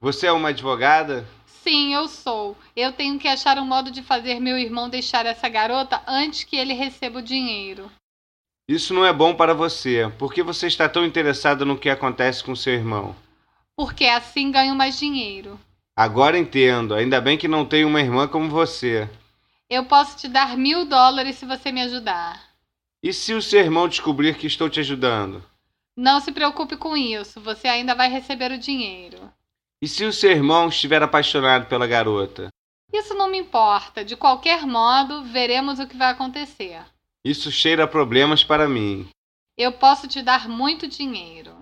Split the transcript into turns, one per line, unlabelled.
Você é uma advogada?
Sim, eu sou. Eu tenho que achar um modo de fazer meu irmão deixar essa garota antes que ele receba o dinheiro.
Isso não é bom para você. Por que você está tão interessada no que acontece com seu irmão?
Porque assim ganho mais dinheiro.
Agora entendo. Ainda bem que não tenho uma irmã como você.
Eu posso te dar mil dólares se você me ajudar.
E se o seu irmão descobrir que estou te ajudando?
Não se preocupe com isso. Você ainda vai receber o dinheiro.
E se o seu irmão estiver apaixonado pela garota?
Isso não me importa. De qualquer modo, veremos o que vai acontecer.
Isso cheira a problemas para mim.
Eu posso te dar muito dinheiro.